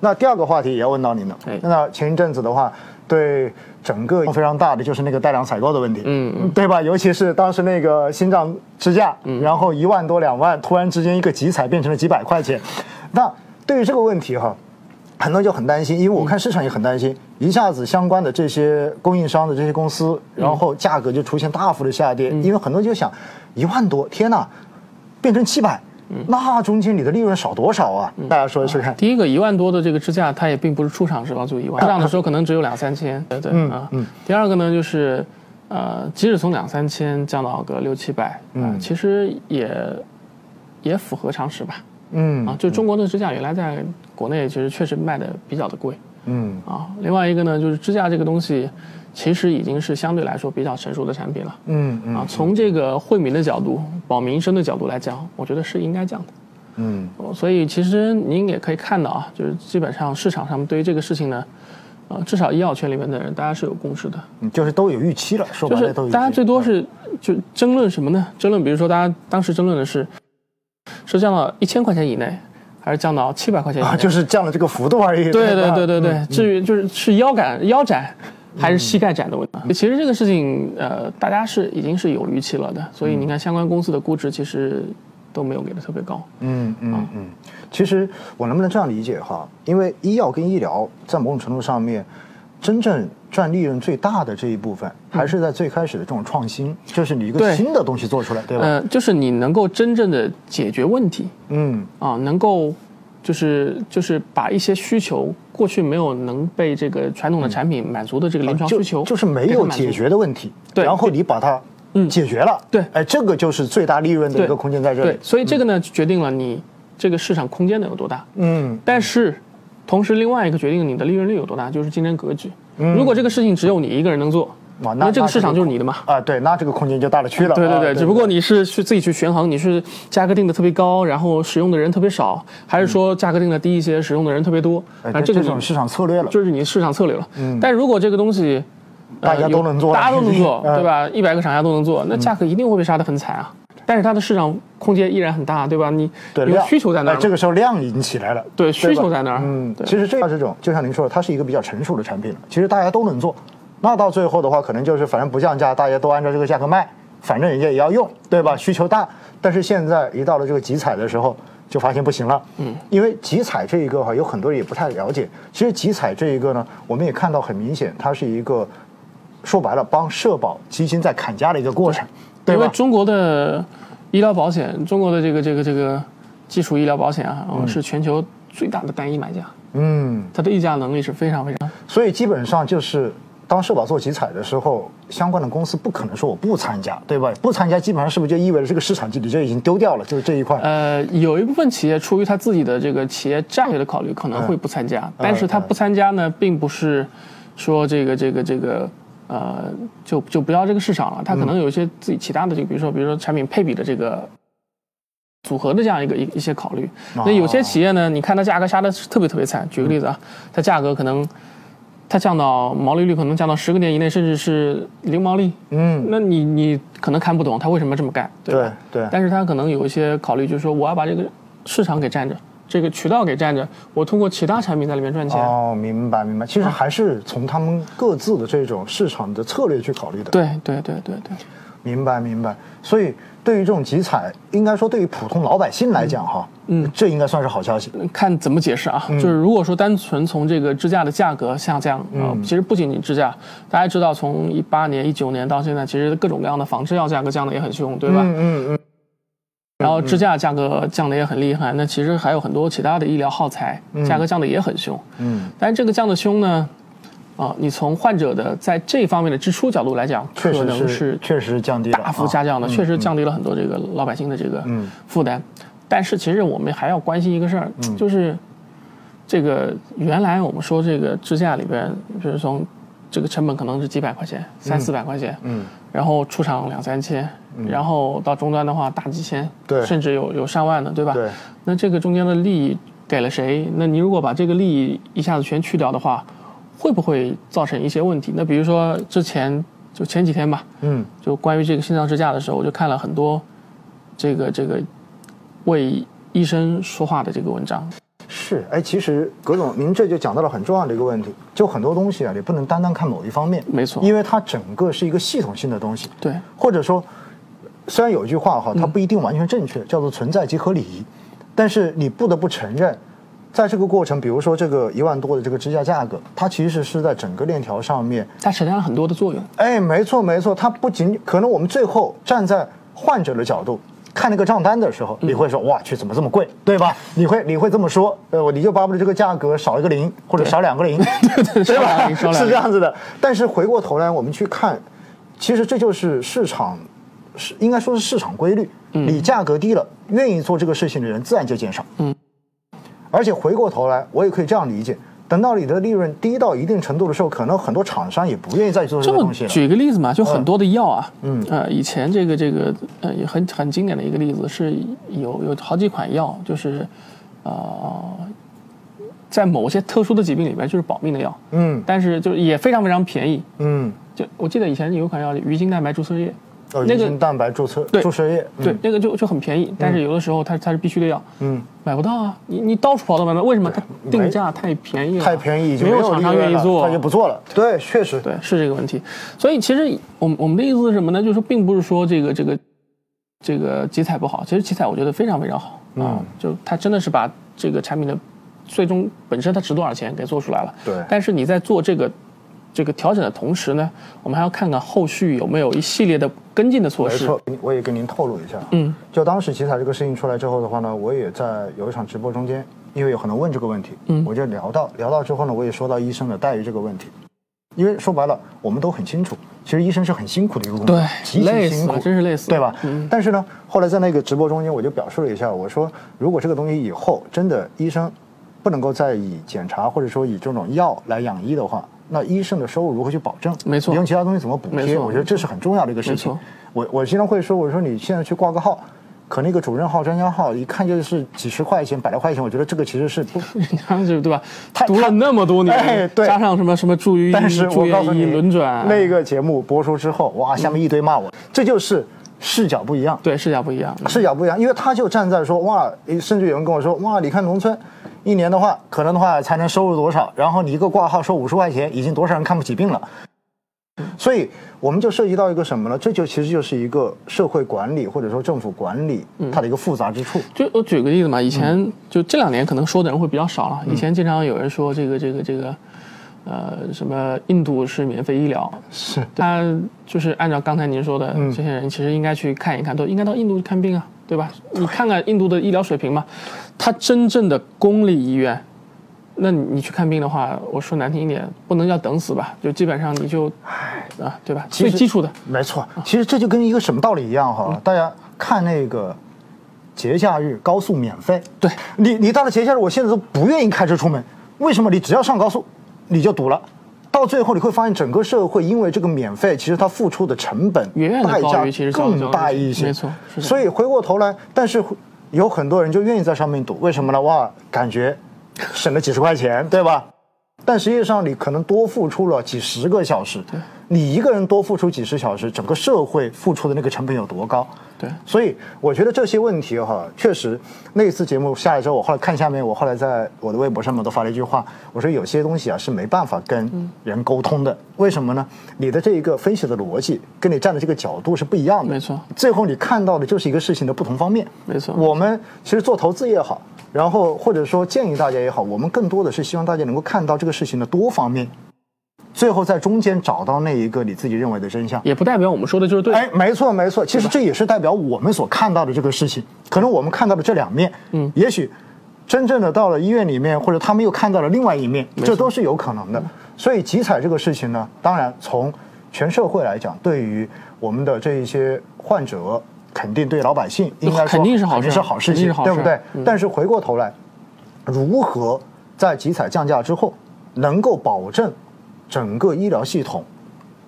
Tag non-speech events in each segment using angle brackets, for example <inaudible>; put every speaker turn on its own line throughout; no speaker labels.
那第二个话题也要问到您了。那前一阵子的话，对整个非常大的就是那个带量采购的问题，嗯，对吧？尤其是当时那个新涨支架，然后一万多两万，突然之间一个集采变成了几百块钱。那对于这个问题哈，很多人就很担心，因为我看市场也很担心，一下子相关的这些供应商的这些公司，然后价格就出现大幅的下跌，因为很多人就想一万多，天呐，变成七百。那中间你的利润少多少嗯啊？大家说说看。
第一个一万多的这个支架，它也并不是出厂时候就一万，出厂的时候可能只有两三千，
嗯
对对啊。第二个呢，就是呃，即使从两三千降到个六七百，
嗯
啊，其实也也符合常识吧。
嗯
啊，就中国的支架原来在国内其实确实卖的比较的贵
嗯
啊。另外一个呢，就是支架这个东西，其实已经是相对来说比较成熟的产品了。
嗯嗯
啊，从这个惠民的角度、保民生的角度来讲，我觉得是应该降的。
嗯
哦所以其实您也可以看到啊，就是基本上市场上对于这个事情呢，呃，至少医药圈里面的人大家是有共识的，
嗯，就是都有预期了，说
就
白
是
了都有预嗯期。
大家最多是就争论什么呢？争论比如说大家当时争论的是，是降到一千块钱以内，还是降到七百块钱以内？
啊，就是嗯降了这个幅度而已。啊
对
吧
对对对对，至于就是是腰杆腰斩
嗯
还是膝盖斩的问题，其实这个事情呃，大家是已经是有预期了的，所
嗯
以你看相关公司的估值其实都没有给的特别高。
嗯
啊
嗯嗯，其实我能不能这样理解哈？因为医药跟医疗在某种程度上面，真正赚利润最大的这一部分，还是在最开始的这种创新，就是你一个
嗯对
新的东西做出来，对吧？
呃，就是你能够真正的解决问题
嗯
啊，能够就是就是把一些需求过去没有能被这个传统的产品满足的这个临床
嗯就
需求，
就是没
给它
有
满足
解决的问题，
对
然后你把它
嗯
解决了，
对
哎，这个就是最大利润的一个空间在这
对
里，。
所以这个呢决定了你这个市场空间能有多大。
嗯
但是同时另外一个决定你的利润率有多大，就是竞争格局。如果这个事情只有你一个人能做，
哇嗯那
那这
那
个市场
这个
就是你的嘛。
啊，对，那这个空间就大了去了。
对对
啊
对，只不过你是去自己去权衡，你是价格定的特别高，然后使用的人特别少，还是说价格定的低一些，使用的人特别多？
嗯哎
啊，
这
这个
种嗯
是
市场策略了，
就是你的市场策略了。但如果这个东西
大家
呃有
都能做
大家都能做，
嗯
对吧？一百个厂家都能做，那价格一定会被杀得很惨啊。但是它的市场空间依然很大，对吧？你
对
有
量
需求在那
哎
儿嘛，
这个时候量已经起来了。
对
吧
需求在那儿，
嗯，
对
其实这样这种，就像您说的，它是一个比较成熟的产品了，其实大家都能做。那到最后的话，可能就是反正不降价，大家都按照这个价格卖，反正人家也要用，对吧？需求大，但是现在一到了这个集采的时候，就发现不行了。嗯，因为集采这一个哈，有很多人也不太了解。其实集采这一个呢，我们也看到很明显，它是一个说白了帮社保基金在砍价的一个过程，对
因为
吧？
中国的医疗保险，中国的这个这个这个基础医疗保险啊，呃是全球最大的单一买家，
嗯。
它的议价能力是非常非常。
所以基本上就是当社保做集采的时候，相关的公司不可能说我不参加，对吧？不参加基本上是不是就意味着这个市场就你就已经丢掉了，就是这一块。
呃，有一部分企业出于他自己的这个企业战略的考虑，可能会不参加，但是他不参加呢，并不是说这个这个这个呃，就就不要这个市场了，他可能有一些自己其他的这个，比如说比如说产品配比的这个。组合的这样一个一一些考虑，
哦
那有
啊
些企业呢，你看它价格杀的特别特别惨。举个例子啊，它价格可能它降到毛利率可能降到十个点以内，甚至是零毛利。
嗯，
那你你可能看不懂它为什么这么干，对吧？
对对，
嗯但是他可能有一些考虑，就是说我要把这个市场给占着，这个渠道给占着，我通过其他产品在里面赚钱。
哦，明白明白。其实还是从他们各自的这种市场的策略去考虑的。
对对对对对，
明白明白。所以对于这种集采，应该说对于普通老百姓来讲哈，嗯，这应该算是好消息。
嗯看怎么解释
嗯
啊？就是如果说单纯从这个支架的价格下降啊、呃
嗯
其实不仅仅支架，大家知道从一八年、一九年到现在，其实各种各样的仿制药价格降的也很凶，对吧？
嗯嗯
然后支架价格降的也很厉害，那其实还有很多其他的医疗耗材价格降的也很凶。
嗯，
但是这个降的凶呢，啊、你从患者的在这方面的支出角度来讲，可
确
能
实
是
确实降低了，
大幅
啊嗯
下降的，确实降低了很多这个老百姓的这个负担。但是其实我们还要关心一个事儿，
嗯
就是这个原来我们说这个支架里边，就是从这个成本可能是几百块钱，三四百块钱，
嗯，
然后出厂两三千，然后到终端的话大几千，
对
甚至有有上万的，对吧？
对。
那这个中间的利益给了谁？那你如果把这个利益一下子全去掉的话，会不会造成一些问题？那比如说之前就前几天吧，
嗯
就关于这个心脏支架的时候，我就看了很多这个这个为医生说话的这个文章，
是，哎，其实葛总，您这就讲到了很重要的一个问题，就很多东西啊，你不能单单看某一方面，
没错
因为它整个是一个系统性的东西，
对，
或者说，虽然有一句话哈，它
嗯
不一定完全正确，叫做存在即合理，但是你不得不承认，在这个过程，比如说这个一万多的这个支架价格，它其实是在整个链条上面
它承担了很多的作用。
哎，没错没错，它不仅可能我们最后站在患者的角度看那个账单的时
嗯
候，你会说、哇去怎么这么贵，对吧？你会你会这么说，呃，我你就巴不得这个价格少一个零或者
对
少两个零，
<laughs> 对
对
少两个
吧？
零少两个零
是这样子的。但是回过头来我们去看，其实这就是市场。是应该说是市场规律，你价格低了，愿意做这个事情的人自然就减少。
嗯，
而且回过头来，我也可以这样理解：等到你的利润低到一定程度的时候，可能很多厂商也不愿意再做这
这
个
么
东西了。
举一个例子嘛，就很多的药啊，
嗯
呃，以前这个这个呃也很很经典的一个例子是有有好几款药，就是呃，在某些特殊的疾病里边就是保命的药，
嗯
但是就是也非常非常便宜。
嗯，
就我记得以前有一款药鱼精蛋白注射液，
哦，
那
乙
个
型蛋白注册
对
注射液，嗯
对，，那个就就很便宜，但是有的时候它它是必须的药，
嗯，
买不到啊，你你到处跑都买不到，为什么？它
没
定价太便宜了，
太便宜已经
没有
利
厂商
润
愿意
了
做，
他就不做了。对，确实，
对，是这个问题。所以其实我们我们的意思是什么呢？就是说并不是说这个这个这个集采不好，其实集采我觉得非常非常好
嗯
啊、就它真的是把这个产品的最终本身它值多少钱给做出来了。
对
但是你在做这个这个调整的同时呢，我们还要看看后续有没有一系列的跟进的措
没
施。
错，我也跟您透露一下，
嗯，
就当时集采这个事情出来之后的话呢，我也在有一场直播中间，因为有很多人问这个问题，
嗯
我就聊到聊到之后呢，我也说到医生的待遇这个问题，因为说白了，我们都很清楚，其实医生是很辛苦的一个工作，
对
极
累
其
死
辛苦
了，真是累死
对
了
吧？
嗯
但是呢，后来在那个直播中间，我就表述了一下，我说如果这个东西以后真的医生不能够再以检查或者说以这种药来养医的话，那医生的收入如何去保证？
没错
你用其他东西怎么补
没
贴？
错
我觉得这是很重要的一个事
没
情
错。
我我经常会说，我说你现在去挂个号。可那个主任号、专家号，一看就是几十块钱、百来块钱，我觉得这个其实是
<laughs>
不
他们就对吧？
他
读了那么多年，
哎对
加上什么什么注意
但是
住
我告诉
院医
你，
轮转，
那个节目播出之后，哇，下面一堆骂我，这就是视角不一样。
对视角不一样。
视角不一样，因为他就站在说哇，诶甚至有人跟我说哇，你看农村一年的话，可能的话才能收入多少，然后你一个挂号收五十块钱，已经多少人看不起病了。所以我们就涉及到一个什么呢？这就其实就是一个社会管理或者说政府管理它的一个复杂之处。
就我举个例子嘛，以前
嗯
就这两年可能说的人会比较少了。以前经常有人说这个这个这个，呃，什么印度是免费医疗，
是
他就是按照刚才您说的，
嗯
这些人其实应该去看一看，都应该到印度去看病啊，对吧？你看看印度的医疗水平嘛，他真正的公立医院，那你你去看病的话，我说难听一点，不能叫等死吧，就基本上你就，啊，对吧？最
实
基础的，
没错，其实这就跟一个什么道理一样
嗯
哈，大家看那个。节假日高速免费，
对
你，你到了节假日，我现在都不愿意开车出门。为什么？你只要上高速，你就堵了。到最后，你会发现整个社会因为这个免费，其实它付出的成本
远远地
代
高
价
于其实交通
更大
费
一些。
没错是的
所以回过头来，但是有很多人就愿意在上面堵，为什么呢？哇，感觉省了几十块钱，对吧？但实际上，你可能多付出了几十个小时，你一个人多付出几十小时，整个社会付出的那个成本有多高？
对
所以我觉得这些问题哈，确实那次节目下来之后，我后来看下面，我后来在我的微博上面都发了一句话，我说有些东西啊是没办法
嗯
跟人沟通的，为什么呢？你的这一个分析的逻辑跟你站的这个角度是不一样的，
没错
最后你看到的就是一个事情的不同方面，
没错
我们其实做投资也好，然后或者说建议大家也好，我们更多的是希望大家能够看到这个事情的多方面，最后在中间找到那一个你自己认为的真相。
也不代表我们说的就是对的。
哎，没错没错，其实这也是代表我们所看到的这个事情，可能我们看到的这两面，嗯，也许真正的到了医院里面，或者他们又看到了另外一面，这都是有可能
嗯
的。所以集采这个事情呢，当然从全社会来讲，对于我们的这一些患者，肯定对老百姓应该说
肯定是好事
肯定是好事
肯定
情
是好，事嗯
对不对？但是回过头来，如何在集采降价之后，能够保证整个医疗系统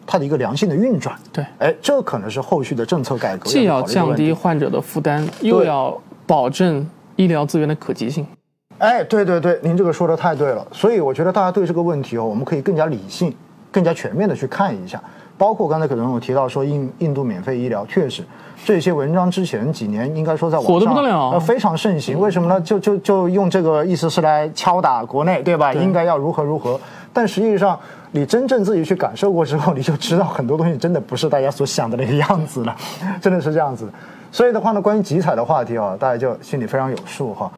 它的一个良性的运转？
对
哎，这可能是后续的政策改革
既要
考虑的
降
问
低
题。
患者的负担，又
对
要保证医疗资源的可及性。
哎，对对对，您这个说的太对了。所以我觉得大家对这个问题哦，我们可以更加理性、更加全面的去看一下，包括刚才可能有提到说印印度免费医疗，确实这些文章之前几年应该说在网上
火得不得了
呃，非常盛行。为什么呢？就就就用这个意思是来敲打国内，对吧？应该要如何如何。但实际上，你真正自己去感受过之后，你就知道很多东西真的不是大家所想的那个样 <laughs> 哦子了，真的是这样子。所以的话呢，关于集采的话题啊，大家就心里非常有数哈。